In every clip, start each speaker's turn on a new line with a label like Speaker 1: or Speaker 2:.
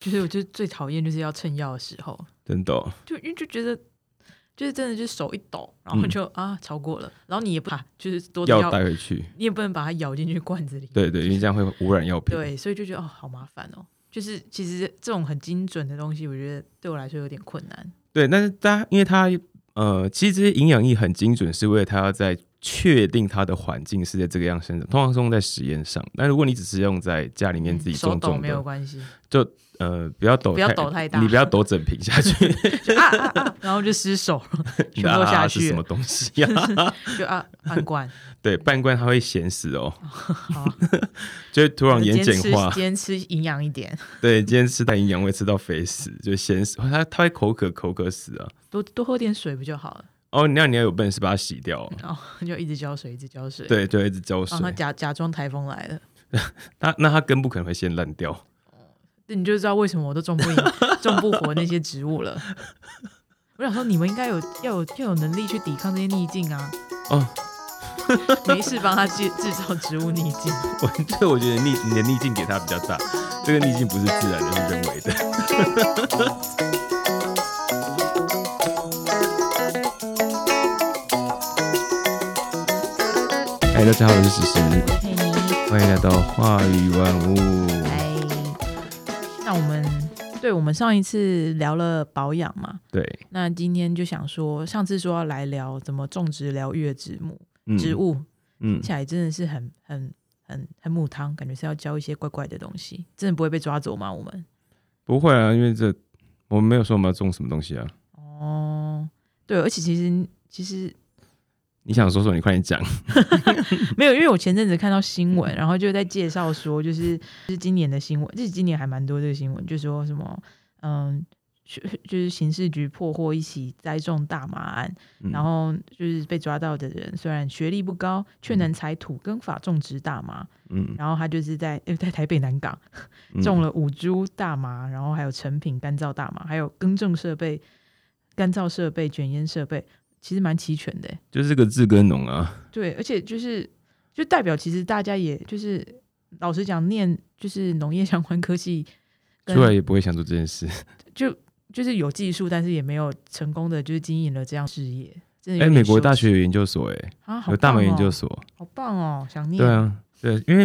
Speaker 1: 就是我就最讨厌就是要趁药的时候，
Speaker 2: 真的哦、
Speaker 1: 就因为就觉得就是真的就是手一抖，然后就、啊超过了，然后你也不怕，就是多的
Speaker 2: 药
Speaker 1: 药
Speaker 2: 嗯带回去。
Speaker 1: 你也不能把它咬进去罐子里。
Speaker 2: 对对，因为这样会污染药品。
Speaker 1: 对，所以就觉得哦好麻烦哦。就是其实这种很精准的东西，我觉得对我来说有点困难。
Speaker 2: 对，但是大家因为它呃，其实这些营养液很精准，是为了它要在确定它的环境是在这个样生长，通常是用在实验上。但如果你只是用在家里面自己
Speaker 1: 嗯手
Speaker 2: 种
Speaker 1: 抖
Speaker 2: 种
Speaker 1: 没
Speaker 2: 的，
Speaker 1: 有关系，
Speaker 2: 呃，不要抖，
Speaker 1: 不要抖太大
Speaker 2: 你不要抖整瓶 下去，
Speaker 1: 就啊啊啊，然后就失手 了，全部都下
Speaker 2: 啊是
Speaker 1: 去
Speaker 2: 什么
Speaker 1: 了，
Speaker 2: 东西呀、
Speaker 1: 就啊半罐。
Speaker 2: 对，半罐它会咸死哦，
Speaker 1: 好，
Speaker 2: 就会突然
Speaker 1: 今
Speaker 2: 盐
Speaker 1: 天吃
Speaker 2: 碱化。
Speaker 1: 今天吃营养一点，
Speaker 2: 对，今天吃太营养会吃到肥死，就咸死，它它会口渴，口渴死啊。
Speaker 1: 多多喝点水不就好了？
Speaker 2: 哦，你要你要有本事把它洗掉、哦。
Speaker 1: 然后就一直浇水，一直浇水，，
Speaker 2: 对，就会一直浇水
Speaker 1: 然，后哦假假装台风来了。
Speaker 2: 那那它根部可能会先烂掉。
Speaker 1: 你就知道为什么我都种不赢、种不活那些植物了。我想说，你们应该有要有要有能力去抵抗这些逆境啊！
Speaker 2: 哦，
Speaker 1: 没事帮他制制造植物逆 境。
Speaker 2: 我这我觉得逆你的逆境给它比较大，这个逆境不是自然的，是人为的。 嗨，哎大家好，我是石石，
Speaker 1: 嘿，你
Speaker 2: 欢迎来到话语万物。
Speaker 1: 来，那我们对我们上一次聊了保养嘛，
Speaker 2: 对，
Speaker 1: 那今天就想说，上次说要来聊怎么种植疗愈的植物，
Speaker 2: 嗯
Speaker 1: 植，物
Speaker 2: 嗯
Speaker 1: 听，起来真的是很很很很母汤，感觉是要教一些怪怪的东西，真的不会被抓走吗？我们？
Speaker 2: 不会啊，因为这我们没有说我们要种什么东西啊。
Speaker 1: 哦，对，而且其实其实
Speaker 2: 你想说说，你快点讲。
Speaker 1: 没有，因为我前阵子看到新
Speaker 2: 嗯
Speaker 1: 闻，然后就在介绍说，就是就是今年的新闻，就是今年还蛮多这个新闻，就说什么嗯。去就是刑事局破获一起栽种大麻案，
Speaker 2: 嗯
Speaker 1: 然后就是被抓到的人虽然学历不高，却能采土耕法种植大麻。
Speaker 2: 嗯，
Speaker 1: 然后他就是在、呃在台北南港
Speaker 2: 嗯
Speaker 1: 种了五株大麻，然后还有成品干燥大麻，还有耕种设备、干燥设备、卷烟设备，其实蛮齐全的欸。
Speaker 2: 就是个自耕农啊。
Speaker 1: 对，而且就是就代表其实大家也就是老实讲，念就是农业 相关科系跟，
Speaker 2: 出来也不会想做这件事。
Speaker 1: 就就是有技术，但是也没有成功的就是经营了这样事业。真的
Speaker 2: 哎、
Speaker 1: 有点
Speaker 2: 美国
Speaker 1: 羞
Speaker 2: 大
Speaker 1: 耻
Speaker 2: 学有研究所、哎，
Speaker 1: 啊，好
Speaker 2: 有大
Speaker 1: 棒
Speaker 2: 美研
Speaker 1: 哦
Speaker 2: 究所。
Speaker 1: 好棒哦，想念
Speaker 2: 对啊，对，因为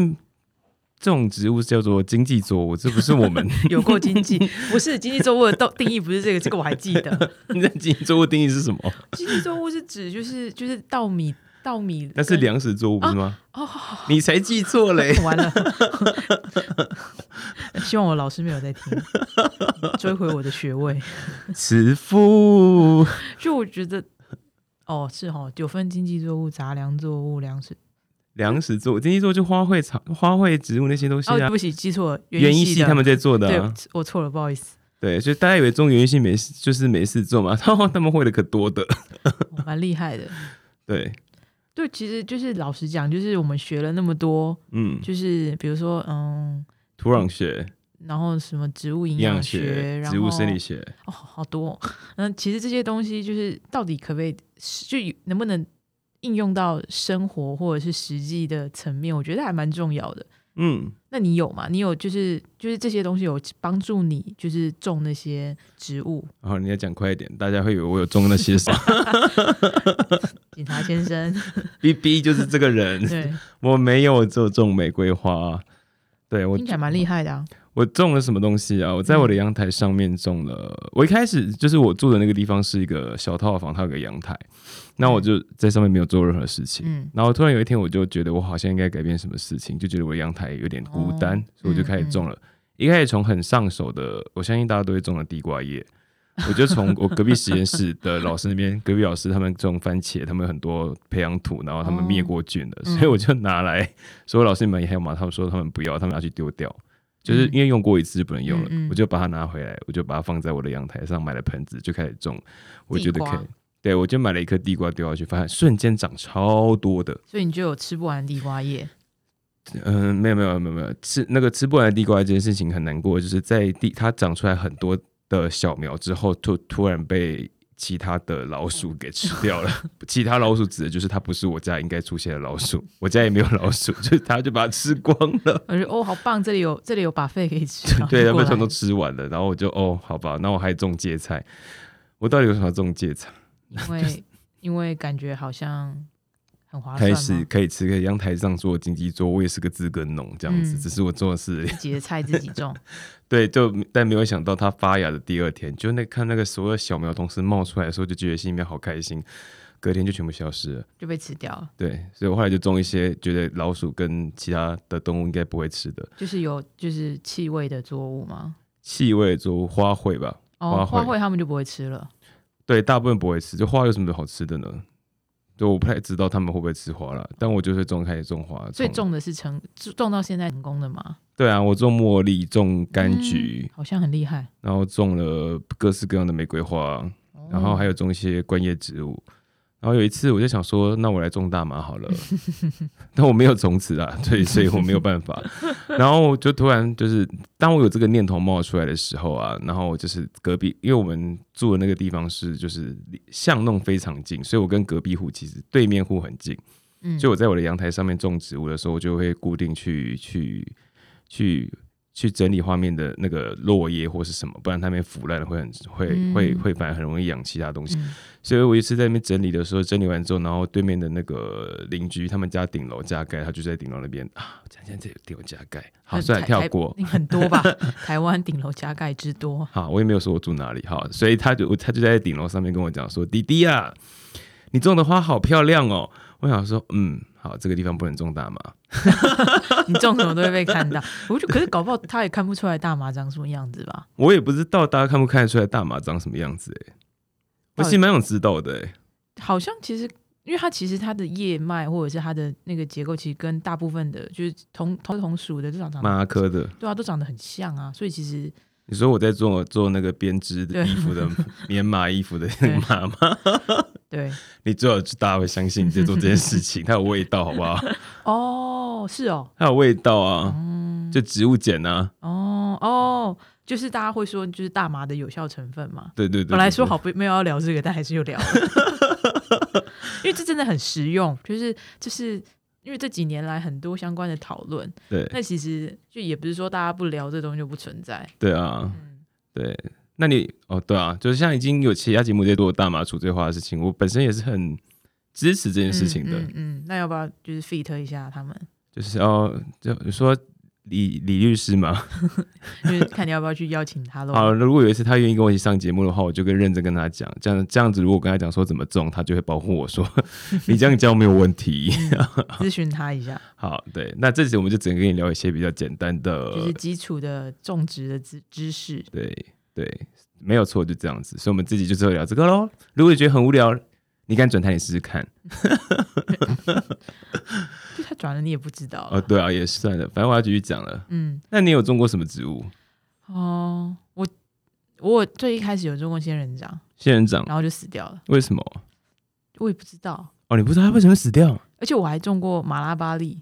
Speaker 2: 这种植物是叫做经济作物，这不是 我们
Speaker 1: 有过经济，不是经济作物的定定义不是这个，这个我还记得。
Speaker 2: 你在经济作物定义是什么？
Speaker 1: 经济作物是指就是就是稻米稻米跟，
Speaker 2: 那是粮食作物不是吗？
Speaker 1: 哦，
Speaker 2: 你才记错嘞、
Speaker 1: 完了。希望我老师没有在听，追回我的学位。
Speaker 2: 慈父。
Speaker 1: 就我觉 得，哦，是哦，九份经济作物、杂粮作物、粮食。
Speaker 2: 粮食作物，经济作物就花卉草、花卉植物那些东西
Speaker 1: 哦，对
Speaker 2: 啊。
Speaker 1: 不起，记错了，
Speaker 2: 园
Speaker 1: 艺
Speaker 2: 艺
Speaker 1: 系
Speaker 2: 系
Speaker 1: 的
Speaker 2: 他们在做的、
Speaker 1: 对
Speaker 2: 啊，，
Speaker 1: 我错了，不好意思，
Speaker 2: 对，所以大家以为中园艺系没事，就是没事做嘛， 他们他们会的可多的，
Speaker 1: 我蛮厉害 的。
Speaker 2: 对，
Speaker 1: 对，其实就是老实讲，就是我们学了那么多，
Speaker 2: 嗯，
Speaker 1: 就是比如说，嗯，
Speaker 2: 土壤学、
Speaker 1: 然后什么植物营
Speaker 2: 营
Speaker 1: 养
Speaker 2: 养
Speaker 1: 学，
Speaker 2: 学、
Speaker 1: 然后
Speaker 2: 植物生理学，
Speaker 1: 哦，好多、哦。那其实这些东西就是到底可不可以，就能不能应用到生活或者是实际的层面，我觉得还蛮重要的。
Speaker 2: 嗯，
Speaker 1: 那你有吗？你有就是就是这些东西有帮助你，就是种那些植物，
Speaker 2: 然后你要讲快一点，大家会以为我有中 那些啥
Speaker 1: 警察先生，
Speaker 2: ，B B 就是这个人，
Speaker 1: 对，
Speaker 2: 我没有，我只有种玫瑰花。啊对我
Speaker 1: 听，起来蛮厉害的啊。
Speaker 2: 我种了什么东西啊？我在我的阳台上面种
Speaker 1: 嗯
Speaker 2: 了。我一开始就是我住的那个地方是一个小套房，它有个阳台，那我就在上面没有做任何事情。
Speaker 1: 嗯，
Speaker 2: 然后突然有一天，我就觉得我好像应该改变什么事情，就觉得我的阳台有点孤单，
Speaker 1: 哦
Speaker 2: 所以我就开始种了。一开始从很上手的，我相信大家都会种的地瓜叶，我就从 我隔壁实验室的老师那边，隔壁老师他们种番茄，他们有很多培养土，然后他们灭过菌的，
Speaker 1: 嗯
Speaker 2: 所以我就拿来，所有老师们还有嘛，他们说他们不要，他们拿去丢掉。就是因为用过一次就不能用了，
Speaker 1: 嗯嗯嗯嗯
Speaker 2: 我就把它拿回来，我就把它放在我的阳台上，买了盆子就开始种。我觉得可
Speaker 1: 地瓜
Speaker 2: 以，对我就买了一颗地瓜丢下去，发现瞬间长超多的。
Speaker 1: 所以你就有吃不完的地瓜叶。
Speaker 2: 嗯，没有没有没有没有吃那个吃不完的地瓜这件事情很难过，就是在地它长出来很多的小苗之后，突突然被其他的老鼠给吃掉 了。其他老鼠指的就是它不是我家应该出现的老鼠，我家也没有老鼠，就是它就把它吃光 了。
Speaker 1: 我就哦，好棒，这里有这里有把费可以吃
Speaker 2: ，对，啊
Speaker 1: 然后
Speaker 2: 它们
Speaker 1: 就
Speaker 2: 全
Speaker 1: 过
Speaker 2: 都
Speaker 1: 来
Speaker 2: 吃完了，然后我就哦，好吧，那我还种芥菜，我到底有什么要种芥菜？
Speaker 1: 因为因为感觉好像很划算
Speaker 2: 开
Speaker 1: 嘛，
Speaker 2: 始可以吃，可以阳台上做经济桌，我也是个自耕农这样子，
Speaker 1: 嗯
Speaker 2: 只是我做的是
Speaker 1: 自己的菜自己 种，
Speaker 2: 对，就但没有想到它发芽的第二天，就那看那个所有小苗同时冒出来的时候，就觉得心里面好开心，隔天就全部消失了。
Speaker 1: 就被吃掉了。
Speaker 2: 对，所以我后来就种一些觉得老鼠跟其他的动物应该不会吃的
Speaker 1: 就是有就是气味的作物吗？
Speaker 2: 气味作物，花卉吧。
Speaker 1: 哦，
Speaker 2: 花
Speaker 1: 花
Speaker 2: 卉
Speaker 1: 卉他们就不会吃了。
Speaker 2: 对，大部分不会吃，就花有什么好吃的呢？就我不太知道他们会不会吃花了，但我就是种开始种花，
Speaker 1: 所以种的是成种到现在成功的嘛？
Speaker 2: 对啊，我种茉莉，种柑
Speaker 1: 嗯，
Speaker 2: 橘
Speaker 1: 好像很厉害。
Speaker 2: 然后种了各式各样的玫瑰花，
Speaker 1: 哦
Speaker 2: 然后还有种一些观叶植物。然后有一次我就想说，那我来种大麻好了， 但我没有种子啊， 对，所以我没有办法。然后我就突然就是，当我有这个念头冒出来的时候啊，然后就是隔壁，因为我们住的那个地方是就是巷弄非常近，所以我跟隔壁户其实对面户很近，
Speaker 1: 嗯
Speaker 2: 所以我在我的阳台上面种植物的时候，我就会固定去去去去整理画面的那个落叶或是什么，不然它们腐烂了会很会会
Speaker 1: 嗯
Speaker 2: 会反而很容易养其他东西。
Speaker 1: 嗯
Speaker 2: 所以我一次在那边整理的时候，整理完之后，然后对面的那个邻居他们家顶楼加盖，他就在顶楼那边啊，这样这样这有顶楼加盖，好，
Speaker 1: 很
Speaker 2: 算了，
Speaker 1: 台
Speaker 2: 跳
Speaker 1: 台
Speaker 2: 过。
Speaker 1: 很多吧？台湾顶楼加盖之多，
Speaker 2: 好，我也没有说我住哪里，好，所以他就他就在顶楼上面跟我讲说：“弟弟啊，你种的花好漂亮哦。”我想说，嗯，好，这个地方不能种大麻。
Speaker 1: 你种什么都会被看到。我就可是搞不好他也看不出来大麻长什么样子吧？
Speaker 2: 我也不知道大家看不看得出来大麻长什么样子、欸，我其实蛮想知道的、欸，
Speaker 1: 好像其实。因为它其实它的叶脉或者是它的那个结构，其实跟大部分的就是同同同属的这种长得
Speaker 2: 马拉科的。
Speaker 1: 对啊，都长得很像啊，所以其实
Speaker 2: 你说我在做做那个编织的
Speaker 1: 对
Speaker 2: 衣服的棉麻衣服的那个妈妈，
Speaker 1: 对
Speaker 2: 你最好大家会相信你在做这件事 情，它有味道，好不好？
Speaker 1: 哦，是哦，
Speaker 2: 它有味道啊，
Speaker 1: 嗯，
Speaker 2: 就植物碱啊，
Speaker 1: 哦哦，就是大家会说就是大麻的有效成分嘛。
Speaker 2: 对对对
Speaker 1: 本来说
Speaker 2: 对
Speaker 1: 好不没有要聊这个，但还是又 聊了，因为这真的很实用，就是就是。因为这几年来很多相关的讨论，
Speaker 2: 对
Speaker 1: 那其实就也不是说大家不聊这东西就不存在，
Speaker 2: 对啊，
Speaker 1: 嗯，
Speaker 2: 对。那你哦，对啊，就是像已经有其他节目在做大麻除罪化的事情，我本身也是很支持这件事情
Speaker 1: 嗯
Speaker 2: 的，
Speaker 1: 嗯嗯那要不要就是 fit 一下他们，
Speaker 2: 就是哦，就你说李李律师嘛，
Speaker 1: 就是看你要不要去邀请他
Speaker 2: 好，
Speaker 1: 喽？
Speaker 2: 如果有一次他愿意跟我一起上节目的话，我就跟认真跟他讲，这样这样子，如果我跟他讲说怎么种，他就会保护我说 你这样教没有问题。
Speaker 1: 咨询他一下，
Speaker 2: 好，对，那这集我们就只能跟你聊一些比较简单的，
Speaker 1: 就是基础的种植的知知识，
Speaker 2: 对对，没有错，就这样子。所以我们自己就只有聊这个喽。如果你觉得很无聊，你敢转台你试试看。
Speaker 1: 就他转了你也不知道
Speaker 2: 哦，
Speaker 1: 了。
Speaker 2: 对啊，也是算了，反正我要继续讲了。
Speaker 1: 嗯，
Speaker 2: 那你有种过什么植物？
Speaker 1: 哦，我我最一开始有种过仙人掌，
Speaker 2: 仙人掌？
Speaker 1: 然后就死掉了，
Speaker 2: 为什么？
Speaker 1: 我也不知道。
Speaker 2: 哦，你不知道它为什么死掉？
Speaker 1: 而且我还种过马拉巴栗，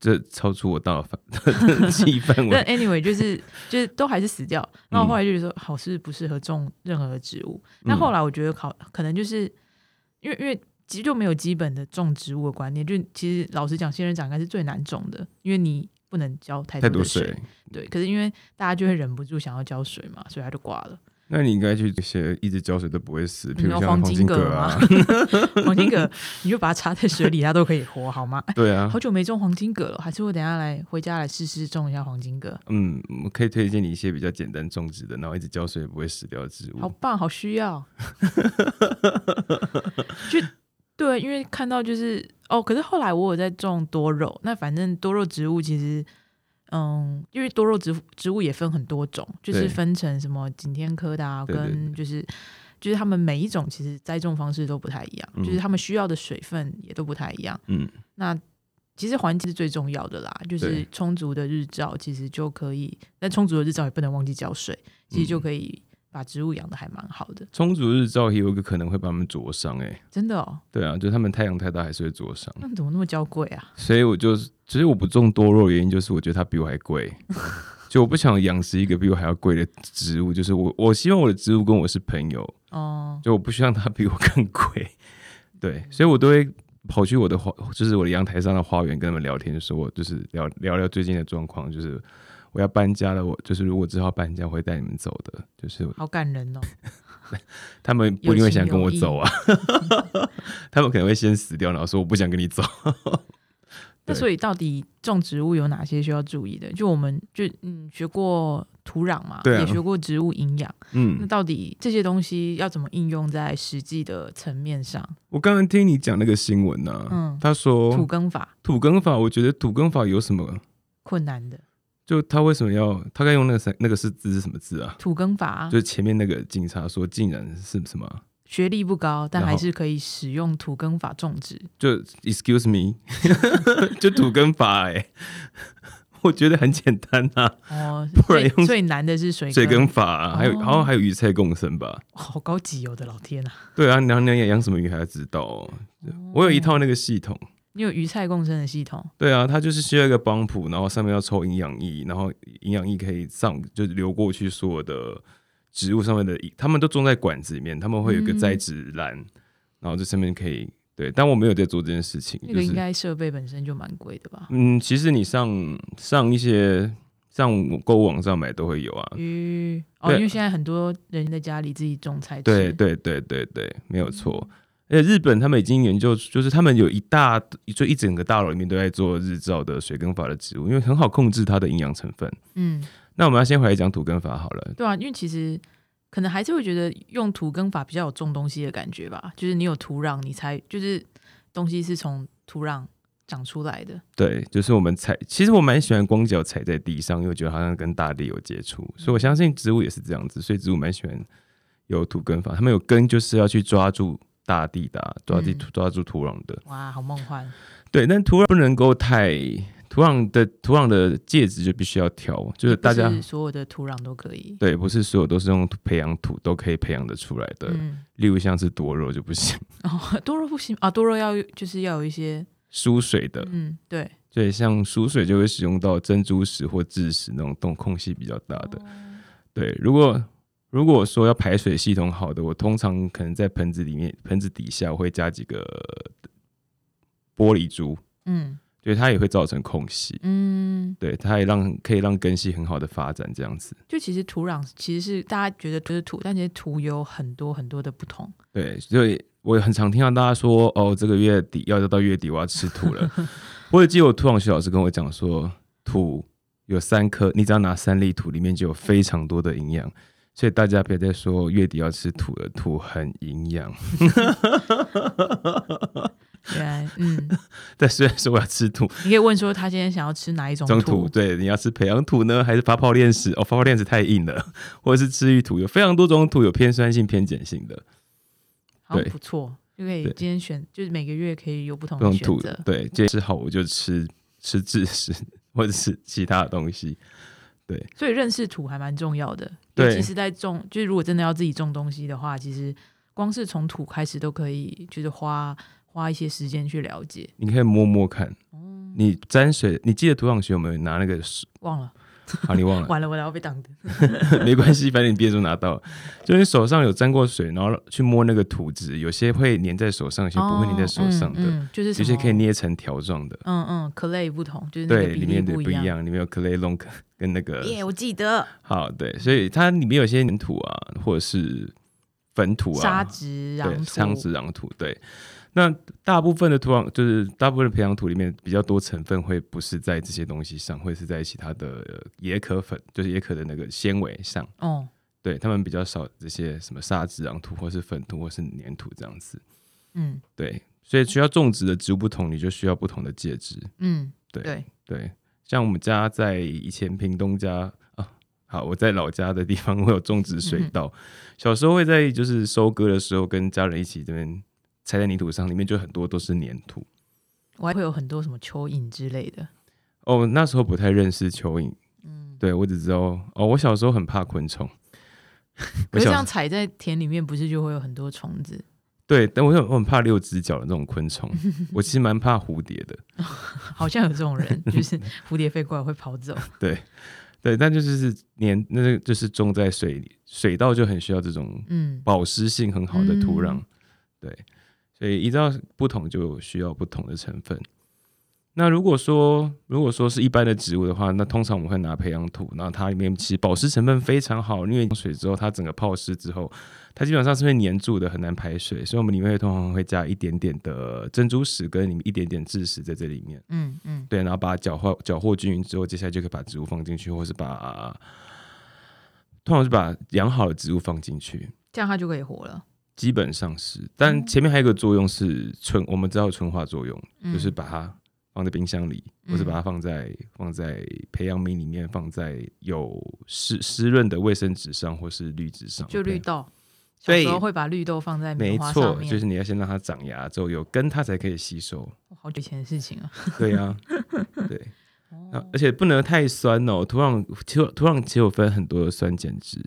Speaker 2: 这超出我 到范记忆范
Speaker 1: 但
Speaker 2: 围。
Speaker 1: anyway 就是就是都还是死掉。然后后来就觉得说，好是不适合种任何的植物。
Speaker 2: 嗯
Speaker 1: 但后来我觉得考可能就是因为因为其实就没有基本的种植物的观念，就其实老实讲，仙人掌应该是最难种的，因为你不能浇太
Speaker 2: 太
Speaker 1: 多
Speaker 2: 多
Speaker 1: 的水
Speaker 2: 水。，
Speaker 1: 对，可是因为大家就会忍不住想要浇水嘛，所以它就挂 了。
Speaker 2: 那你应该去一些一直浇水都不会死，比
Speaker 1: 你
Speaker 2: 如
Speaker 1: 要
Speaker 2: 像
Speaker 1: 黄
Speaker 2: 金
Speaker 1: 金
Speaker 2: 葛
Speaker 1: 葛
Speaker 2: 啊
Speaker 1: 吗，黄金葛，你就把它插在水里，它都可以活，好吗？
Speaker 2: 对啊
Speaker 1: 好，久没种黄金葛了，还是我等一下来回家来试试种一下黄金葛，
Speaker 2: 嗯，我可以推荐你一些比较简单种植的，然后一直浇水也不会死掉的植
Speaker 1: 好
Speaker 2: 物。
Speaker 1: 棒，好需要。 就对，因为看到就是哦，可是后来我有在种多肉，那反正多肉植物其实。嗯，因为多肉植植物也分很多种，就是
Speaker 2: 对
Speaker 1: 分成什么景天科的啊，
Speaker 2: 对对
Speaker 1: 跟就是就是他们每一种其实栽种方式都不太一样，
Speaker 2: 嗯
Speaker 1: 就是他们需要的水分也都不太一样。
Speaker 2: 嗯，
Speaker 1: 那其实环境是最重要的啦，就是
Speaker 2: 对
Speaker 1: 充足的日照，其实就可以。但充足的日照也不能忘记浇水，其实
Speaker 2: 嗯
Speaker 1: 就可以把植物养的还蛮好的，
Speaker 2: 充足日照也有一个可能会把它们灼伤，哎，
Speaker 1: 真的哦。
Speaker 2: 对啊，就它们太阳太大还是会灼 伤。
Speaker 1: 那怎么那么娇贵啊？
Speaker 2: 所以我就，其实我不种多肉的原因就是我觉得它比我还贵，就我不想养殖一个比我还要贵的植物，就是我我希望我的植物跟我是朋友，
Speaker 1: 哦，
Speaker 2: 就我不希望它比我更贵。对，所以我都会跑去我的花，就是我的阳台上的花园跟他们聊天，说我就是聊聊聊最近的状况，就是我要搬家了，我就是如果之后搬家我会带你们走的，就是
Speaker 1: 好感人 哦。
Speaker 2: 他们不一定会想跟我走啊， 他们可能会先死掉，然后说我不想跟你走。
Speaker 1: 那
Speaker 2: 对
Speaker 1: 所以到底种植物有哪些需要注意的？就我们就嗯学过土壤嘛，
Speaker 2: 对啊
Speaker 1: 也学过植物营养，那
Speaker 2: 嗯，
Speaker 1: 到底这些东西要怎么应用在实际的层面上？
Speaker 2: 我刚刚听你讲那个新闻呢、啊，
Speaker 1: 嗯
Speaker 2: 他说
Speaker 1: 土耕法
Speaker 2: 土耕法，我觉得土耕法有什么？
Speaker 1: 困难的
Speaker 2: 就他为什么要他该用那个三那个是字是什么字啊？
Speaker 1: 土耕法
Speaker 2: 就，是前面那个警察说，竟然是什么啊？
Speaker 1: 学历不高，但
Speaker 2: 然
Speaker 1: 还
Speaker 2: 后
Speaker 1: 是可以使用土耕法种植。
Speaker 2: 就 excuse me，就土跟法哎、我觉得很简单啊，
Speaker 1: 哦，
Speaker 2: 不然
Speaker 1: 最
Speaker 2: 用
Speaker 1: 最难的是水
Speaker 2: 水
Speaker 1: 耕
Speaker 2: 跟，法、啊，还有
Speaker 1: 哦
Speaker 2: 然后还有鱼菜共生吧。
Speaker 1: 好高级哦我的老天啊！
Speaker 2: 对啊，然后你要养什么鱼还要知道、哦。我有一套那个系统，
Speaker 1: 你有鱼菜共生的系统，
Speaker 2: 对啊，它就是需要一个帮谱，然后上面要抽营养液，然后营养液可以上就是流过去所有的植物上面的液，他们都种在管子里面，他们会有一个
Speaker 1: 嗯
Speaker 2: 栽植篮，然后这上面可以对，但我没有在做这件事情，
Speaker 1: 那
Speaker 2: 就
Speaker 1: 个
Speaker 2: 是
Speaker 1: 应该设备本身就蛮贵的吧？
Speaker 2: 嗯，其实你上上一些上购物网上买都会有啊。
Speaker 1: 鱼哦，
Speaker 2: 对
Speaker 1: 因为现在很多人在家里自己种菜吃，
Speaker 2: 对对对对对，没有错。而且日本他们已经研究，就是他们有一大就一整个大楼里面都在做日照的水耕法的植物，因为很好控制它的营养成分。
Speaker 1: 嗯，
Speaker 2: 那我们要先回来讲土耕法好了。
Speaker 1: 对啊，因为其实可能还是会觉得用土耕法比较有种东西的感觉吧，就是你有土壤，你才就是东西是从土壤长出来的。
Speaker 2: 对，就是我们踩，其实我蛮喜欢光脚踩在地上，因为我觉得好像跟大地有接触，所以我相信植物也是这样子，所以植物蛮喜欢有土耕法，他们有根就是要去抓住大地的啊、抓地
Speaker 1: 嗯
Speaker 2: 抓住土壤的。
Speaker 1: 哇，好梦幻！
Speaker 2: 对，但土壤不能够太土壤的土壤的介质就必须要调，就是大家
Speaker 1: 不是所有的土壤都可以。
Speaker 2: 对，不是所有都是用培养土都可以培养得出来的。
Speaker 1: 嗯，
Speaker 2: 例如像是多肉就不行，
Speaker 1: 哦， 多肉不行啊，多肉要就是要有一些，
Speaker 2: 疏水的，
Speaker 1: 嗯，对，
Speaker 2: 所以像疏水就会使用到珍珠石或蛭石那种洞空隙比较大
Speaker 1: 哦
Speaker 2: 的。啊对，如果如果说要排水系统好的，我通常可能在盆子里面盆子底下我会加几个玻璃珠，
Speaker 1: 嗯
Speaker 2: 对，它也会造成空隙。
Speaker 1: 嗯，
Speaker 2: 对，它也让可以让根系很好的发展，这样子。
Speaker 1: 就其实土壤其实是大家觉得就是土，但其实土有很多很多的不同。
Speaker 2: 对，所以我很常听到大家说，哦，这个月底要到月底我要吃 土了。我也记得我土壤学老师跟我讲说，土有三颗，你只要拿三粒土，里面就有非常多的营养。所以大家别再说月底要吃土了，土很营养。
Speaker 1: 原来，嗯，
Speaker 2: 但虽然说我要吃土，
Speaker 1: 你可以问说他今天想要吃哪一种
Speaker 2: 中
Speaker 1: 土
Speaker 2: 土，对，你要吃培养土呢，还是发泡链石？哦，发泡链石太硬了，或者是吃玉土，有非常多种土，有偏酸性、偏碱性的。
Speaker 1: 好像
Speaker 2: 对
Speaker 1: 不错，就可以
Speaker 2: 对
Speaker 1: 今天选，就是每个月可以有不同
Speaker 2: 不
Speaker 1: 的
Speaker 2: 用
Speaker 1: 哦选
Speaker 2: 吐
Speaker 1: 择。
Speaker 2: 对，今天吃好我就吃吃制食 或者是其他的东西。
Speaker 1: 所以认识土还蛮重要的，
Speaker 2: 对
Speaker 1: 尤其是在种，就是如果真的要自己种东西的话，其实光是从土开始都可以，就是花花一些时间去了解。
Speaker 2: 你可以摸摸看，
Speaker 1: 哦
Speaker 2: 你沾水，你记得土壤学有没有拿那个水？
Speaker 1: 忘了，
Speaker 2: 啊，你忘了，
Speaker 1: 完了，我要被挡的。
Speaker 2: 没关系，反正你毕业就拿到了。就你手上有沾过水，然后去摸那个土质，有些会粘在手上，有些不会粘在手上的，
Speaker 1: 哦嗯嗯就是
Speaker 2: 有
Speaker 1: 什
Speaker 2: 些
Speaker 1: 么
Speaker 2: 可以，捏成条状的。
Speaker 1: 嗯嗯，clay 不同，就是那个
Speaker 2: 对，
Speaker 1: 比
Speaker 2: 里
Speaker 1: 例
Speaker 2: 面的不
Speaker 1: 一
Speaker 2: 一。样，里面有 clay l o n 跟那个
Speaker 1: 耶，我记得
Speaker 2: 好对，所以它里面有些粘土啊，或者是粉土啊、
Speaker 1: 沙质、
Speaker 2: 对，
Speaker 1: 壤
Speaker 2: 桑
Speaker 1: 土，
Speaker 2: 植壤土，对。那大部分的土壤，就是大部分的培养土里面比较多成分会不是在这些东西上，会是在其他的呃椰壳粉，就是椰壳的那个纤维上。
Speaker 1: 哦，
Speaker 2: 对他们比较少这些什么沙质壤土，或是粉土，或是粘土这样子。
Speaker 1: 嗯
Speaker 2: 对，所以需要种植的植物不同，你就需要不同的介质。
Speaker 1: 嗯，
Speaker 2: 对
Speaker 1: 对，
Speaker 2: 对，像我们家在以前屏东家啊，好，我在老家的地方， 我有种植水稻。小时候会在就是收割的时候，跟家人一起这边踩在泥土上，里面就很多都是粘土。
Speaker 1: 我还会有很多什么蚯蚓之类的。嗯
Speaker 2: 哦，那时候不太认识蚯蚓，对我只知道哦，我小时候很怕 昆虫。
Speaker 1: 可
Speaker 2: 我
Speaker 1: 是这
Speaker 2: 小
Speaker 1: 样踩在田里面，不是就会有很多虫子？
Speaker 2: 对，但我很我很怕六只脚的那种昆 虫，我其实蛮怕蝴蝶的。
Speaker 1: 好像有这种人，就是蝴蝶飞过来会跑走。
Speaker 2: 对，但就是粘，那个就是种在水里，水稻就很需要这种
Speaker 1: 嗯，
Speaker 2: 保湿性很好的土壤，
Speaker 1: 嗯
Speaker 2: 对，所以依照不同就需要不同的成分。那如果说如果说是一般的植物的话，那通常我们会拿培养土，然后它里面其实保湿成分非常好，因为水之后它整个泡湿之后，它基本上是会粘住的，很难排水，所以我们里面会通常会加一点点的珍珠石跟里面一点点蛭石在这里面，
Speaker 1: 嗯嗯，
Speaker 2: 对，然后把它搅和搅和均匀之后，接下来就可以把植物放进去，或是把通常是把养好的植物放进去，
Speaker 1: 这样它就可以活了。
Speaker 2: 基本上是，但前面还有一个作用是纯，我们知道纯化作用，
Speaker 1: 嗯
Speaker 2: 就是把它放在冰箱里，
Speaker 1: 嗯
Speaker 2: 或是把它放在放在培养皿里面，放在有湿湿润的卫生纸上或是绿纸上，
Speaker 1: 就绿豆，小
Speaker 2: 对
Speaker 1: 时候会把绿豆放在棉
Speaker 2: 没
Speaker 1: 花上
Speaker 2: 错，
Speaker 1: 面，
Speaker 2: 就是你要先让它长芽之后有根，它才可以 吸收。
Speaker 1: 哇好久以前的事情啊。
Speaker 2: 对啊，对。
Speaker 1: 哦
Speaker 2: 啊而且不能太酸哦，土壤其实土壤其实有分很多的酸碱值，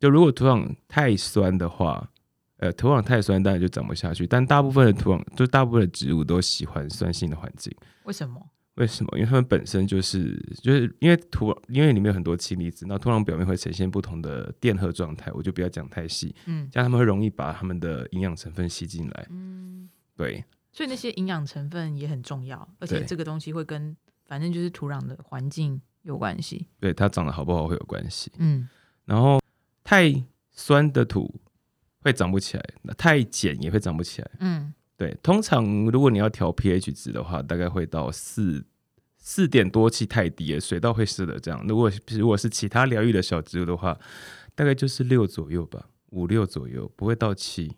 Speaker 2: 就如果土壤太酸的话，呃，土壤太酸当然就长不下去，但大部分的土壤就大部分的植物都喜欢酸性的环境，
Speaker 1: 为什么？
Speaker 2: 为什么？因为它们本身就是就是因为土壤因为里面有很多氢离子，那土壤表面会呈现不同的电荷状态，我就不要讲太细，
Speaker 1: 嗯
Speaker 2: 这样它们会容易把它们的营养成分吸进来，
Speaker 1: 嗯，
Speaker 2: 对。
Speaker 1: 所以那些营养成分也很重要，而且
Speaker 2: 对
Speaker 1: 这个东西会跟反正就是土壤的环境有关系。
Speaker 2: 对它长得好不好会有关系。
Speaker 1: 嗯
Speaker 2: 然后太酸的土会长不起来，那太碱也会长不起来。
Speaker 1: 嗯
Speaker 2: 对，通常如果你要调 pH 值的话，大概会到四四点多气太低了，水稻会是的这样。如果如果是其他疗愈的小植物的话，大概就是六左右吧，五六左右，不会到七。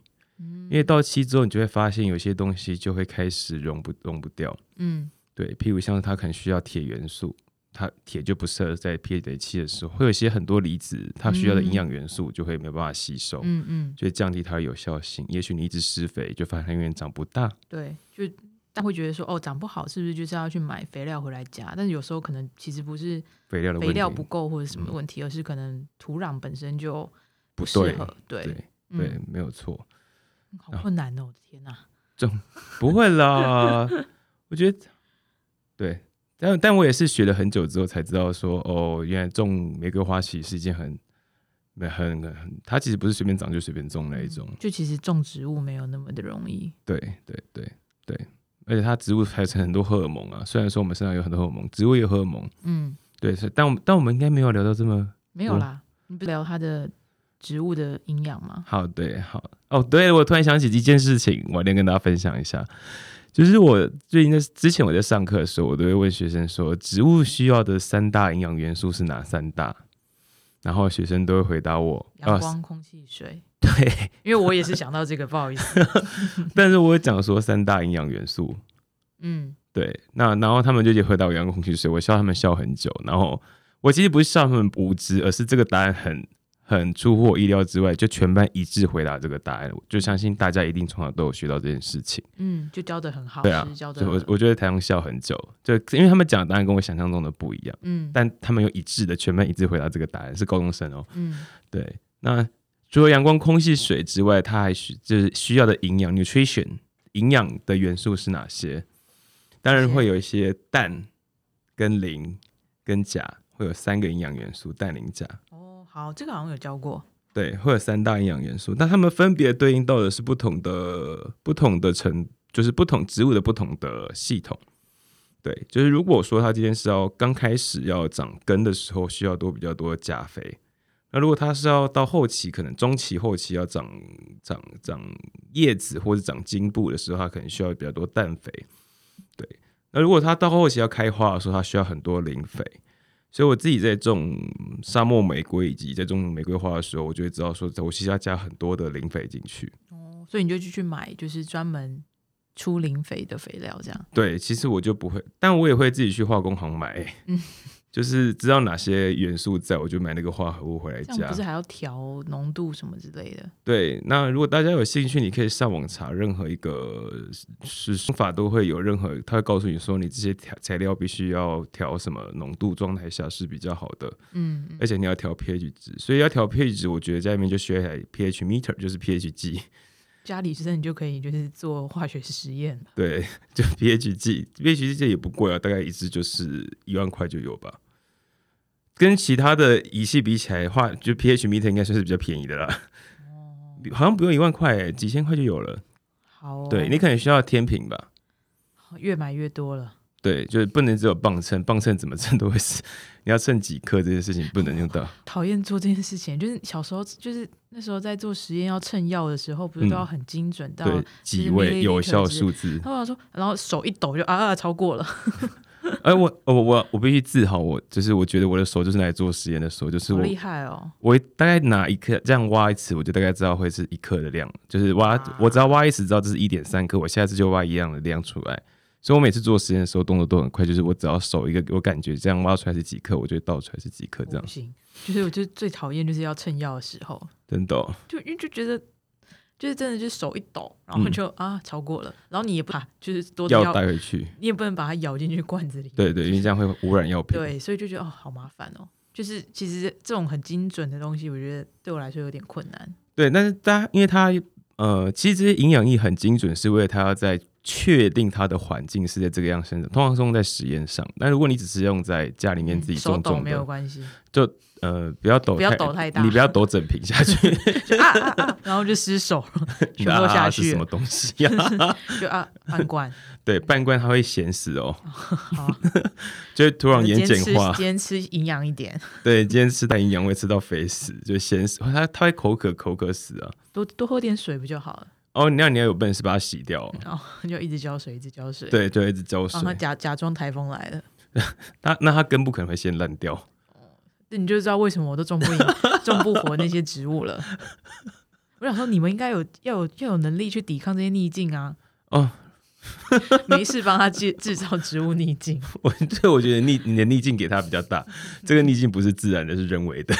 Speaker 1: 嗯
Speaker 2: 因为到七之后，你就会发现有些东西就会开始溶不溶不掉。
Speaker 1: 嗯
Speaker 2: 对，譬如像是它可能需要铁元素，它铁就不适合在 pH 七的时候，会有一些很多离子，它需要的营养元素就会没有办法吸收，
Speaker 1: 嗯嗯，
Speaker 2: 就会降低它的有效性。也许你一直施肥，就发现它永远长不大。
Speaker 1: 对，就但会觉得说哦，长不好是不是就是要去买肥料回来加？但是有时候可能其实不是
Speaker 2: 肥料的问
Speaker 1: 肥
Speaker 2: 题，嗯
Speaker 1: 料不够或者什么问题，而是可能土壤本身就
Speaker 2: 不
Speaker 1: 适
Speaker 2: 对，
Speaker 1: 合。对
Speaker 2: 对
Speaker 1: 嗯
Speaker 2: 对，啊没有错，
Speaker 1: 好困难哦！我的天哪，
Speaker 2: 不会啦。我觉得，对，但但我也是学了很久之后才知道说，哦，原来种玫瑰花其实是一件很。很很，它其实不是随便长就随便种那
Speaker 1: 嗯
Speaker 2: 一种，
Speaker 1: 就其实种植物没有那么的容易。
Speaker 2: 对对对对，而且它植物产生很多荷尔蒙啊。虽然说我们身上有很多荷尔蒙，植物也有荷尔蒙，
Speaker 1: 嗯，
Speaker 2: 对，所以但我们但我们应该没有聊到这么
Speaker 1: 没有啦，你不聊它的植物的营养吗？
Speaker 2: 好。对，好哦，对我突然想起一件事情，我一定要跟大家分享一下。就是我最近在之前我在上课的时候，我都会问学生说，植物需要的三大营养元素是哪三大？然后学生都会回答我
Speaker 1: 阳
Speaker 2: 啊，
Speaker 1: 光、空气、水。
Speaker 2: 对，
Speaker 1: 因为我也是想到这个，不好意思。
Speaker 2: 但是我有讲说三大营养元素，
Speaker 1: 嗯
Speaker 2: 对，那然后他们就回答我阳光空气水，我笑他们笑很久。然后我其实不是笑他们无知，而是这个答案很很出乎我意料之外，就全班一致回答这个答案。我就相信大家一定从小都有学到这件事情。
Speaker 1: 嗯，就教的很好，
Speaker 2: 对啊
Speaker 1: 是教
Speaker 2: 所
Speaker 1: 的
Speaker 2: 以我我觉得台上笑很久，就因为他们讲的答案跟我想象中的不一样，
Speaker 1: 嗯
Speaker 2: 但他们有一致的全班一致回答这个答案，是高中生哦。
Speaker 1: 嗯
Speaker 2: 对，那除了阳光、空气、水之外，它还需就是需要的营养 （nutrition） 营养的元素是哪些？当然
Speaker 1: 是
Speaker 2: 会有一些氮、跟磷、跟钾，会有三个营养元素：氮、磷、钾。
Speaker 1: 哦，好，这个好像有教过。
Speaker 2: 对，会有三大营养元素，但它们分别对应到的是不同的、不同的成，就是不同植物的不同的系统。对，就是如果说它今天是要刚开始要长根的时候，需要多比较多的钾肥。那如果它是要到后期，可能中期、后期要长长长叶子或者长茎部的时候，它可能需要比较多氮肥。对，那如果它到后期要开花的时候，它需要很多磷肥。所以我自己在种沙漠玫瑰以及在种玫瑰花的时候，我就会知道说，我其实要加很多的磷肥进去。
Speaker 1: 哦，所以你就去去买，就是专门出磷肥的肥料，这样。
Speaker 2: 对，其实我就不会，但我也会自己去化工行买、
Speaker 1: 嗯
Speaker 2: 就是知道哪些元素在，我就买那个化合物回来
Speaker 1: 这样
Speaker 2: 加
Speaker 1: 不。是还要调浓度什么之类的？
Speaker 2: 对，那如果大家有兴趣，你可以上网查任何一个是方法都会有任何，它会告诉你说你这些材材料必须要调什么浓度状态下是比较好的。
Speaker 1: 嗯嗯
Speaker 2: 而且你要调 pH 值，所以要调 pH 值，我觉得家里面就需要一台 pH meter，就是 pH 计，
Speaker 1: 家里真的就可以就是做化学实验了。
Speaker 2: 对， 就 pH 计，pH 计这也不贵啊，大概一支就是一万块就有吧。跟其他的仪器比起来的话，就 pH meter 应该算是比较便宜的啦，
Speaker 1: 哦
Speaker 2: 好像不用一万块、欸，几千块就有了。
Speaker 1: 好、哦，
Speaker 2: 对你可能需要天平吧，
Speaker 1: 越买越多了。
Speaker 2: 对，就是不能只有磅秤，磅秤怎么称都会死。你要称几克这件事情不能用到。
Speaker 1: 讨厌做这件事情，就是小时候，就是那时候在做实验要称药的时候，不是都要很精准到、
Speaker 2: 嗯对，几位有效数 字。
Speaker 1: 他们说，然后手一抖就啊啊超过了，
Speaker 2: 哎、我我我我必须自豪，我就是我觉得我的手就是拿来做实验的手，就是
Speaker 1: 好
Speaker 2: 我
Speaker 1: 厉害哦！
Speaker 2: 我大概拿一克这样挖一次，我就大概知道会是一克的量，就是挖
Speaker 1: 哇
Speaker 2: 我只要挖一次知道这是一点三克，我下次就挖一样的量出来。所以我每次做实验的时候动作都很快，就是我只要手一个，我感觉这样挖出来是几克，我就会倒出来是几克，这
Speaker 1: 我
Speaker 2: 样
Speaker 1: 不行，就是我就最讨厌就是要称药的时候，
Speaker 2: 真的哦、
Speaker 1: 就因为就觉得。就是真的，就是手一抖，然后就、啊超过了，然后你也不怕，就是多的
Speaker 2: 嗯要
Speaker 1: 药，
Speaker 2: 带回去。
Speaker 1: 你也不能把它咬进去罐子里。
Speaker 2: 对对，因为这样会污染药品。
Speaker 1: 对，所以就觉得哦，好麻烦哦。就是其实这种很精准的东西，我觉得对我来说有点困难。
Speaker 2: 对，但是大家因为它呃，其实这些营养液很精准，是为了它要在确定它的环境是在这个样生长，通常是用在实验上。但如果你只是用在家里面自
Speaker 1: 嗯
Speaker 2: 己
Speaker 1: 手
Speaker 2: 种
Speaker 1: 抖
Speaker 2: 种
Speaker 1: 没
Speaker 2: 的，
Speaker 1: 有关系，
Speaker 2: 呃，不要抖，
Speaker 1: 不要抖太大
Speaker 2: 你不要抖整瓶下去，
Speaker 1: 就啊啊啊，然后就失手 了，
Speaker 2: 你
Speaker 1: 全
Speaker 2: 的啊
Speaker 1: 部
Speaker 2: 啊
Speaker 1: 下
Speaker 2: 啊是
Speaker 1: 去
Speaker 2: 什么
Speaker 1: 了，
Speaker 2: 东西呀、
Speaker 1: 就啊半 罐。
Speaker 2: 对，半罐它会咸死哦，
Speaker 1: 好，
Speaker 2: 就会突然
Speaker 1: 今
Speaker 2: 盐
Speaker 1: 天吃
Speaker 2: 碱化
Speaker 1: 今。天吃营养一点，
Speaker 2: 对，今天吃太营养会吃到肥死，就咸死，它它会口渴，口渴死啊。
Speaker 1: 多多喝点水不就好了？
Speaker 2: 哦，那你要有本事把它洗掉、哦。
Speaker 1: 然后就一直浇水，一直浇水，，
Speaker 2: 对，就会一直浇水
Speaker 1: 让，它假假装台风来了。
Speaker 2: 那那它根部可能会先烂掉。
Speaker 1: 那你就知道为什么我都种 不赢、种不活那些植物了。 我想说，你们应该有要有要有能力去抵抗这些逆境啊！
Speaker 2: 哦，
Speaker 1: 没事，帮他制制造植物逆 境。
Speaker 2: 我对我觉得逆你的逆境给他比 较大，这个逆境不是自然的，是人为的。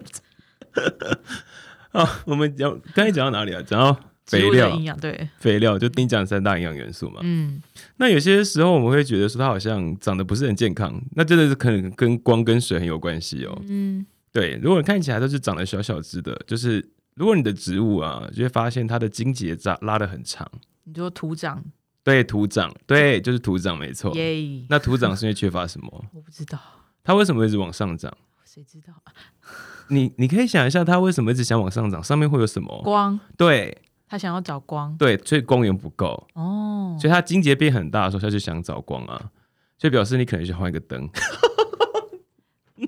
Speaker 2: 啊，我们讲刚才讲到哪里啊？讲到
Speaker 1: 植
Speaker 2: 肥
Speaker 1: 物的
Speaker 2: 料哦
Speaker 1: 营，养对，
Speaker 2: 肥料就丁讲三大营养元素嘛。
Speaker 1: 嗯，
Speaker 2: 那有些时候我们会觉得说它好像长得不是很健康，那真的是可能跟光跟水很有关系哦。
Speaker 1: 嗯，
Speaker 2: 对，如果你看起来都是长得小小只的，就是如果你的植物啊，就会发现它的茎节扎拉得很长，
Speaker 1: 你说土长
Speaker 2: 对，徒长，对，就是徒长，没错。
Speaker 1: 耶，
Speaker 2: 哦那徒长是因为缺乏什么？
Speaker 1: 我不知道，
Speaker 2: 它为什么会一直往上长？
Speaker 1: 谁知道啊？
Speaker 2: 你你可以想一下，它为什么一直想往上涨？上面会有什么？
Speaker 1: 光，
Speaker 2: 对
Speaker 1: 他想要找光
Speaker 2: 对，所以光源不够，
Speaker 1: 哦，
Speaker 2: 所以它金节变很大的时候，它就想找光啊，所以表示你可能需要换一个灯。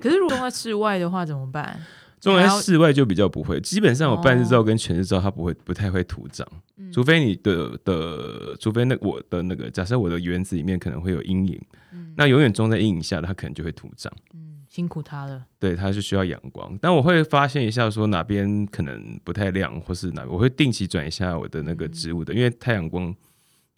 Speaker 1: 可是如果种在室外的话怎么办？
Speaker 2: 种
Speaker 1: 还
Speaker 2: 在
Speaker 1: 要
Speaker 2: 室外就比较不会，基本上我半日照跟全日照它不会不太会徒长，
Speaker 1: 嗯
Speaker 2: 除非你的的，除非那我的那个，假设我的园子里面可能会有阴影，
Speaker 1: 嗯
Speaker 2: 那永远种在阴影下的，它可能就会徒长。
Speaker 1: 嗯，辛苦他了，
Speaker 2: 对，它是需要阳光。但我会发现一下，说哪边可能不太亮，或是哪我会定期转一下我的那个
Speaker 1: 嗯
Speaker 2: 植物的，因为太阳光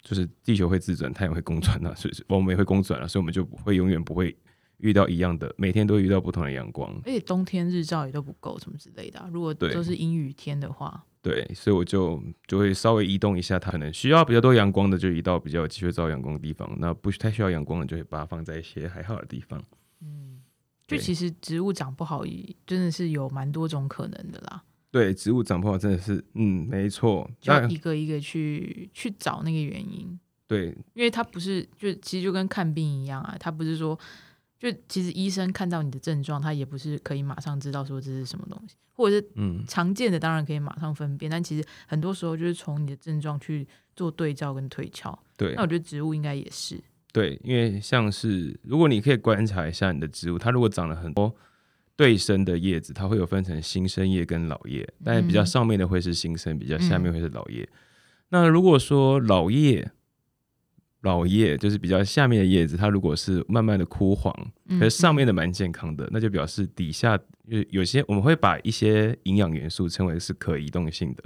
Speaker 2: 就是地球会自转，太阳会公转啊，所以我们也会公转啊，所以我们就不会永远不会遇到一样的，每天都会遇到不同的阳光
Speaker 1: 而。且冬天日照也都不够什么之类的啊、如果
Speaker 2: 对
Speaker 1: 都是阴雨天的话，
Speaker 2: 对，所以我就就会稍微移动一下它，可能需要比较多阳光的，就移到比较有机会照阳光的地方；那不太需要阳光的，就会把它放在一些还好的地方。
Speaker 1: 嗯，就
Speaker 2: 对
Speaker 1: 其实植物长不好，也真的是有蛮多种可能的啦，
Speaker 2: 对，植物长不好真的是，嗯，没错。
Speaker 1: 就要
Speaker 2: 那
Speaker 1: 一个一个去去找那个原因。
Speaker 2: 对
Speaker 1: 因为他不是就其实就跟看病一样啊，他不是说就其实医生看到你的症状，他也不是可以马上知道说这是什么东西，或者是
Speaker 2: 嗯，
Speaker 1: 常见的当然可以马上分辨，但其实很多时候就是从你的症状去做对照跟推敲。
Speaker 2: 对。
Speaker 1: 那我觉得植物应该也是，
Speaker 2: 对，因为像是如果你可以观察一下你的植物，它如果长了很多对生的叶子，它会有分成新生叶跟老叶，但是比较
Speaker 1: 嗯
Speaker 2: 上面的会是新生，比较下面
Speaker 1: 嗯
Speaker 2: 会是老叶。那如果说老叶，老叶就是比较下面的叶子，它如果是慢慢的枯黄，
Speaker 1: 嗯
Speaker 2: 可是上面的蛮健康的，那就表示底下有有些我们会把一些营养元素称为是可移动性的，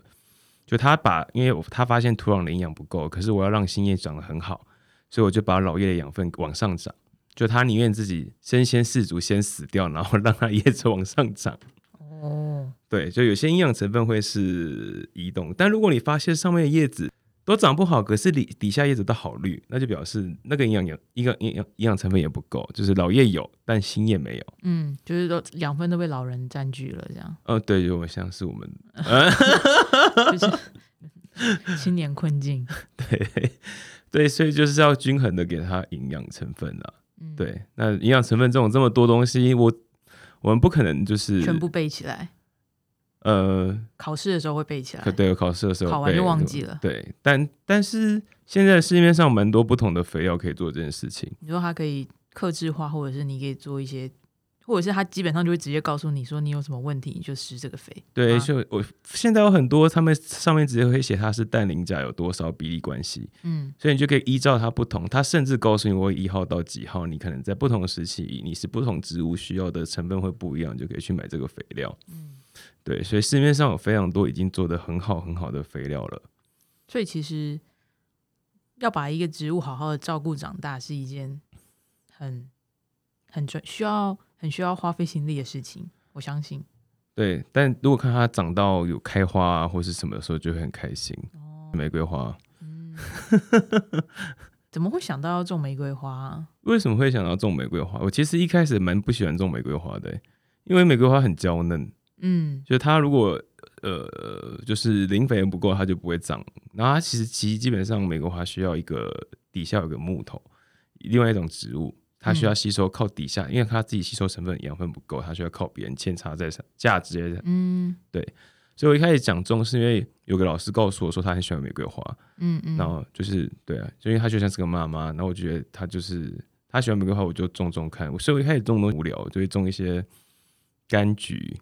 Speaker 2: 就它把因为我它发现土壤的营养不够，可是我要让新叶长得很好，所以我就把老叶的养分往上涨，就它宁愿自己身先士卒先死掉，然后让它叶子往上长。
Speaker 1: 哦，
Speaker 2: 对，就有些营养成分会是移动，但如果你发现上面的叶子都长不好，可是底底下叶子都好绿，那就表示那个营养营养营养营养成分也不够，就是老叶有，但新叶没有。
Speaker 1: 嗯，就是都养分都被老人占据了，这 样
Speaker 2: 哦，对，有像是我们
Speaker 1: 就 是青年困境。
Speaker 2: 对对，所以就是要均衡的给它营养成分啊。
Speaker 1: 嗯，，
Speaker 2: 对，那营养成分这种这么多东西，我我们不可能就是
Speaker 1: 全部背起来，
Speaker 2: 呃，
Speaker 1: 考试的时候会背起来
Speaker 2: 可。对，考试的时候
Speaker 1: 考完就
Speaker 2: 被
Speaker 1: 忘记了
Speaker 2: 对，但但是现在市面上蛮多不同的肥料可以做这件事情。
Speaker 1: 你说它可以克制化，或者是你可以做一些，或者是它基本上就会直接告诉你说你有什么问题，你就施这个肥。
Speaker 2: 对，
Speaker 1: 啊
Speaker 2: 就我现在有很多，他们上面直接会写它是氮磷钾有多少比例关系，
Speaker 1: 嗯
Speaker 2: 所以你就可以依照它不同，它甚至告诉你我一号到几号，你可能在不同时期，你是不同植物需要的成分会不一样，你就可以去买这个肥料。
Speaker 1: 嗯，
Speaker 2: 对，所以市面上有非常多已经做的很好很好的肥料了。
Speaker 1: 所以其实要把一个植物好好的照顾长大，是一件很很专需要很需要花费心力的事情。我相信
Speaker 2: 对，但如果看它长到有开花啊或是什么的时候，就会很开心。
Speaker 1: 哦，
Speaker 2: 玫瑰花
Speaker 1: 嗯，怎么会想到要种玫瑰花啊、
Speaker 2: 为什么会想到种玫瑰花？我其实一开始蛮不喜欢种玫瑰花的欸、因为玫瑰花很娇嫩，
Speaker 1: 嗯
Speaker 2: 就是它如果呃就是磷肥不够，它就不会长。然后它其实其实基本上玫瑰花需要一个底下有个木头，另外一种植物，它需要
Speaker 1: 嗯
Speaker 2: 吸收靠底下，因为它自己吸收成分养分不够，它需要靠别人扦插在上价值在。
Speaker 1: 嗯
Speaker 2: 所以我一开始讲种是因为有个老师告诉我说他很喜欢玫瑰花，
Speaker 1: 嗯嗯，
Speaker 2: 然后就是对啊，就因为他就像是个妈妈，然后我觉得他就是他喜欢玫瑰花，我就种种看。我所以我一开始种东西无聊，我就会种一些柑橘，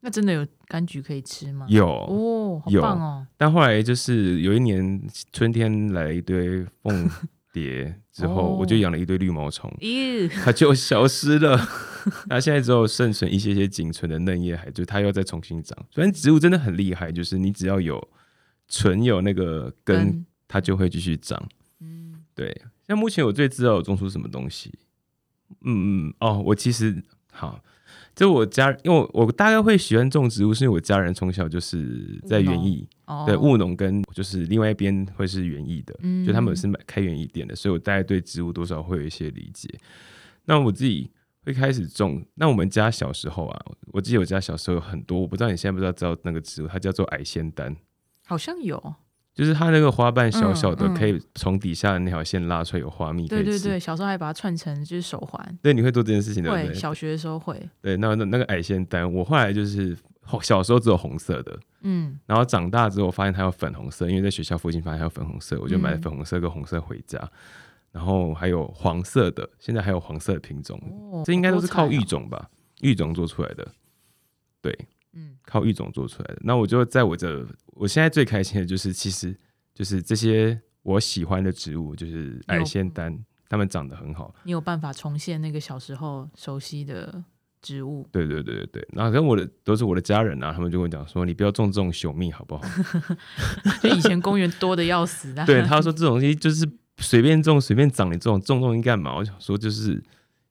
Speaker 1: 那真的有柑橘可以吃吗？
Speaker 2: 有。
Speaker 1: 哦，好
Speaker 2: 有
Speaker 1: 棒哦！
Speaker 2: 但后来就是有一年春天来了一堆凤蝶之后，我就
Speaker 1: 哦
Speaker 2: 养了一堆绿毛虫，
Speaker 1: 咦，
Speaker 2: 它就消失了。那现在只有剩存一些些仅存的嫩叶，还就它又再重新长。虽然植物真的很厉害，就是你只要有存有那个根，
Speaker 1: 跟
Speaker 2: 它就会继续长。
Speaker 1: 嗯。
Speaker 2: 对，像目前我最知道有种出什么东西，嗯嗯，哦，我其实好，就我家，因为我我大概会喜欢种植物，是因为我家人从小就是在园艺，
Speaker 1: 哦，
Speaker 2: 对，务农跟就是另外一边会是园艺的，
Speaker 1: 嗯
Speaker 2: 就他们有是买开园艺店的，所以我大概对植物多少会有一些理解。那我自己会开始种，那我们家小时候啊，我记得我家小时候有很多，我不知道你现在不知道知道那个植物，它叫做矮仙丹。
Speaker 1: 好像有，
Speaker 2: 就是它那个花瓣小小的，
Speaker 1: 嗯嗯
Speaker 2: 可以从底下的那条线拉出来有花蜜可
Speaker 1: 对
Speaker 2: 以吃。
Speaker 1: 对对，小时候还把它串成就是手环，
Speaker 2: 对你会做这件事情对不
Speaker 1: 会
Speaker 2: 对？
Speaker 1: 小学的时候会，
Speaker 2: 对，那那那个矮仙丹，我后来就是后小时候只有红色的，
Speaker 1: 嗯
Speaker 2: 然后长大之后发现它有粉红色，因为在学校附近发现它有粉红色，我就买了
Speaker 1: 嗯
Speaker 2: 粉红色跟红色回家，然后还有黄色的，现在还有黄色的品种，
Speaker 1: 哦
Speaker 2: 嗯这应该都是靠
Speaker 1: 多彩哦
Speaker 2: 育种吧，育种做出来的。对，
Speaker 1: 嗯
Speaker 2: 靠育种做出来的。那我就在我这，我现在最开心的就是，其实就是这些我喜欢的植物，就是矮仙丹，它们长得很好。
Speaker 1: 你有办法重现那个小时候熟悉的植物，
Speaker 2: 对对对对对。然后跟我的都是我的家人啊，他们就跟我讲说，你不要种这种朽蜜好不好？
Speaker 1: 就以前公园多的要 死 啊，
Speaker 2: 对，他说这种东西就是随便种随便长，你这种种东西干嘛？我想说就是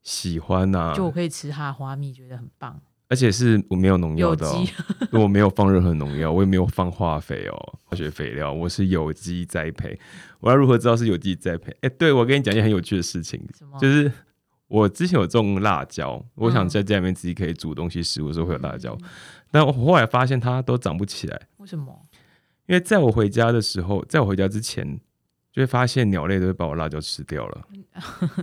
Speaker 2: 喜欢呐、
Speaker 1: 就我可以吃它的花蜜，觉得很棒，
Speaker 2: 而且是我没有农药
Speaker 1: 有
Speaker 2: 的、哦
Speaker 1: 机，
Speaker 2: 我没有放任何农药，我也没有放化肥哦，化学肥料，我是有机栽培。我要如何知道是有机栽培？哎、对我跟你讲一件很有趣的事情，
Speaker 1: 什么
Speaker 2: 就是我之前有种辣椒，我想在家里面自己可以煮东西食物的时候会有辣椒，
Speaker 1: 嗯
Speaker 2: 但我后来发现它都长不起来，
Speaker 1: 为什么？
Speaker 2: 因为在我回家的时候，在我回家之前。就会发现鸟类都会把我辣椒吃 掉了，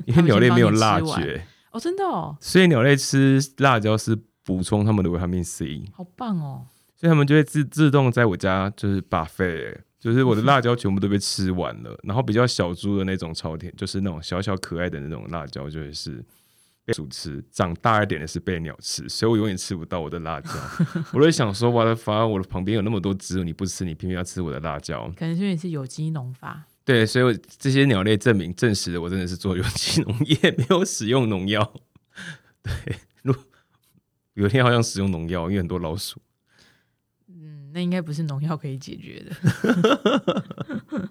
Speaker 2: 因为鸟类没有
Speaker 1: 他
Speaker 2: 辣
Speaker 1: 们先帮你吃
Speaker 2: 觉，
Speaker 1: 哦，真的哦，
Speaker 2: 所以鸟类吃辣椒是补充它们的维他命 C。
Speaker 1: 好棒哦，
Speaker 2: 所以他们就会自自动在我家就是把费，就是我的辣椒全部都被吃完了，然后比较小株的那种朝天，就是那种小小可爱的那种辣椒，就会是被鼠吃，长大一点的是被鸟吃，所以我永远吃不到我的辣 椒。我就想说，我的反而我的旁边有那么多植物，你不吃，你偏偏要吃我的辣椒。
Speaker 1: 可能是因为是有机农法，
Speaker 2: 对，所以我这些鸟类证明证实了我真的是做有机农业， 没有使用农药。对，如有一天好像使用农药，因为很多老鼠。
Speaker 1: 嗯，那应该不是农药可以解决的。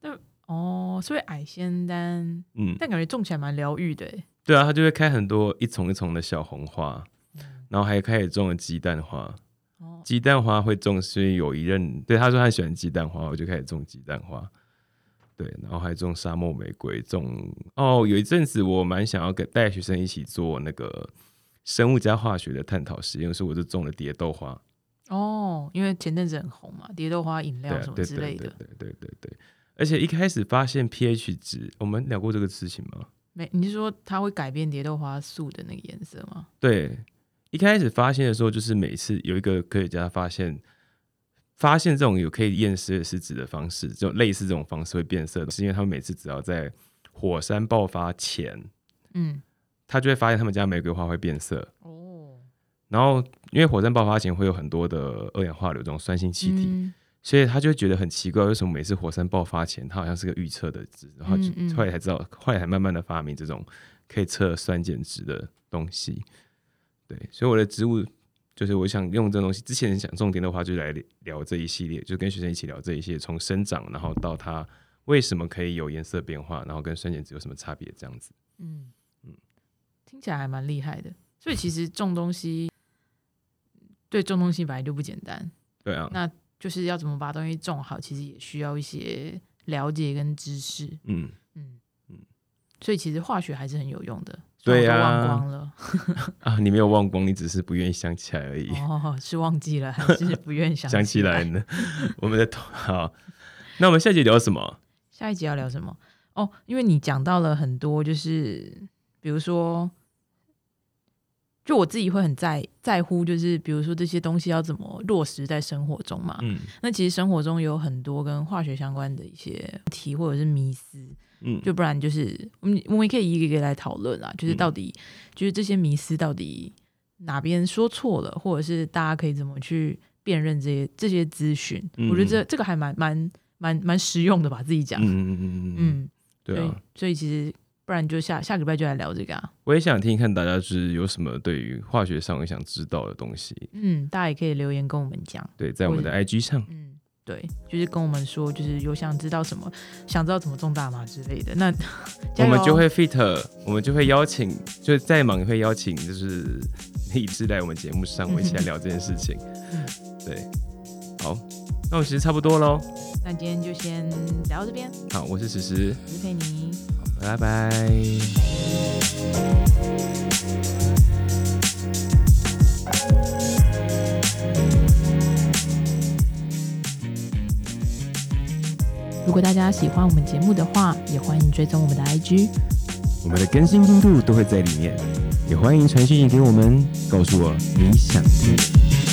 Speaker 1: 但哦，所以矮仙丹，
Speaker 2: 嗯，
Speaker 1: 但感觉种起来蛮疗愈的欸，
Speaker 2: 对啊，它就会开很多一丛一丛的小红花，然后还开始种了鸡蛋花。
Speaker 1: 哦，
Speaker 2: 鸡蛋花会种，所以有一任对他说他喜欢鸡蛋花，我就开始种鸡蛋花。对，然后还种沙漠玫瑰，种哦，有一阵子我蛮想要跟带学生一起做那个生物加化学的探讨实验，所以我就种了蝶豆花，
Speaker 1: 哦，因为前阵子很红嘛，蝶豆花饮
Speaker 2: 对啊
Speaker 1: 料什么
Speaker 2: 对
Speaker 1: 之类
Speaker 2: 对对
Speaker 1: 的，
Speaker 2: 对对对对。而且一开始发现 pH 值，我们聊过这个事情吗？
Speaker 1: 没，你是说它会改变蝶豆花素的那个颜色吗？
Speaker 2: 对，一开始发现的时候，就是每次有一个科学家发现，发现这种有可以验尸的尸质的方式，就类似这种方式会变色，是因为他们每次只要在火山爆发前，
Speaker 1: 嗯，
Speaker 2: 他就会发现他们家玫瑰花会变色。
Speaker 1: 哦，
Speaker 2: 然后，因为火山爆发前会有很多的二氧化硫这种酸性气体，
Speaker 1: 嗯
Speaker 2: 所以他就会觉得很奇怪，为什么每次火山爆发前，它好像是个预测的值，然后就
Speaker 1: 嗯嗯
Speaker 2: 后来才知道，后来才慢慢的发明这种可以测酸碱值的东西。对，所以我的植物就是我想用这东西，之前想重点的话就来聊这一系列，就跟学生一起聊这一系列，从生长，然后到它为什么可以有颜色变化，然后跟酸碱值有什么差别，这样子。
Speaker 1: 嗯
Speaker 2: 嗯
Speaker 1: 听起来还蛮厉害的。所以其实种东西，对种东西本来就不简单，
Speaker 2: 对啊，
Speaker 1: 那就是要怎么把东西种好，其实也需要一些了解跟知识。
Speaker 2: 嗯，
Speaker 1: 嗯
Speaker 2: 嗯
Speaker 1: 所以其实化学还是很有用的。
Speaker 2: 对
Speaker 1: 虽然
Speaker 2: 啊
Speaker 1: 我都忘光了，
Speaker 2: 啊，你没有忘光，你只是不愿意想起来而已。
Speaker 1: 哦，是忘记了还是不愿意想
Speaker 2: 想起来呢， 我们的同好，那我们下集聊什
Speaker 1: 啊
Speaker 2: 么？
Speaker 1: 下一集要聊什么？哦，因为你讲到了很多，就是比如说，就我自己会很在在乎，就是比如说这些东西要怎么落实在生活中嘛。
Speaker 2: 嗯
Speaker 1: 那其实生活中有很多跟化学相关的一些题或者是迷思，
Speaker 2: 嗯，
Speaker 1: 就不然就是我们我们也可以一个一个来讨论啊，就是
Speaker 2: 嗯
Speaker 1: 到底、就是这些迷思到底哪边说错了，或者是大家可以怎么去辨认这些这些资讯？
Speaker 2: 嗯
Speaker 1: 我觉得这这个还蛮蛮蛮蛮实用的吧，自己讲，
Speaker 2: 嗯嗯嗯嗯嗯，
Speaker 1: 嗯，
Speaker 2: 对啊，
Speaker 1: 所以所以其实不然就下下个礼拜就来聊这个啊，
Speaker 2: 我也想听听看大家就是有什么对于化学上也想知道的东西，
Speaker 1: 嗯，大家也可以留言跟我们讲，
Speaker 2: 对，在我们的 IG 上，
Speaker 1: 嗯。对，就是跟我们说，就是有想知道什么，想知道怎么种大麻之类的，那加
Speaker 2: 我
Speaker 1: 油
Speaker 2: 们就会 fit，我们就会邀请，就是再忙也会邀请，就是李志来我们节目上，我们一起来聊这件事情
Speaker 1: 嗯。
Speaker 2: 对，好，那我其实差不多喽。
Speaker 1: 哦那今天就先聊到这边，
Speaker 2: 好，我是石石，
Speaker 1: 我是佩妮。
Speaker 2: 拜拜。
Speaker 1: 如果大家喜欢我们节目的话，也欢迎追踪我们的 IG。
Speaker 2: 我们的更新进度都会在里面，也欢迎传讯息给我们，告诉我你想听的。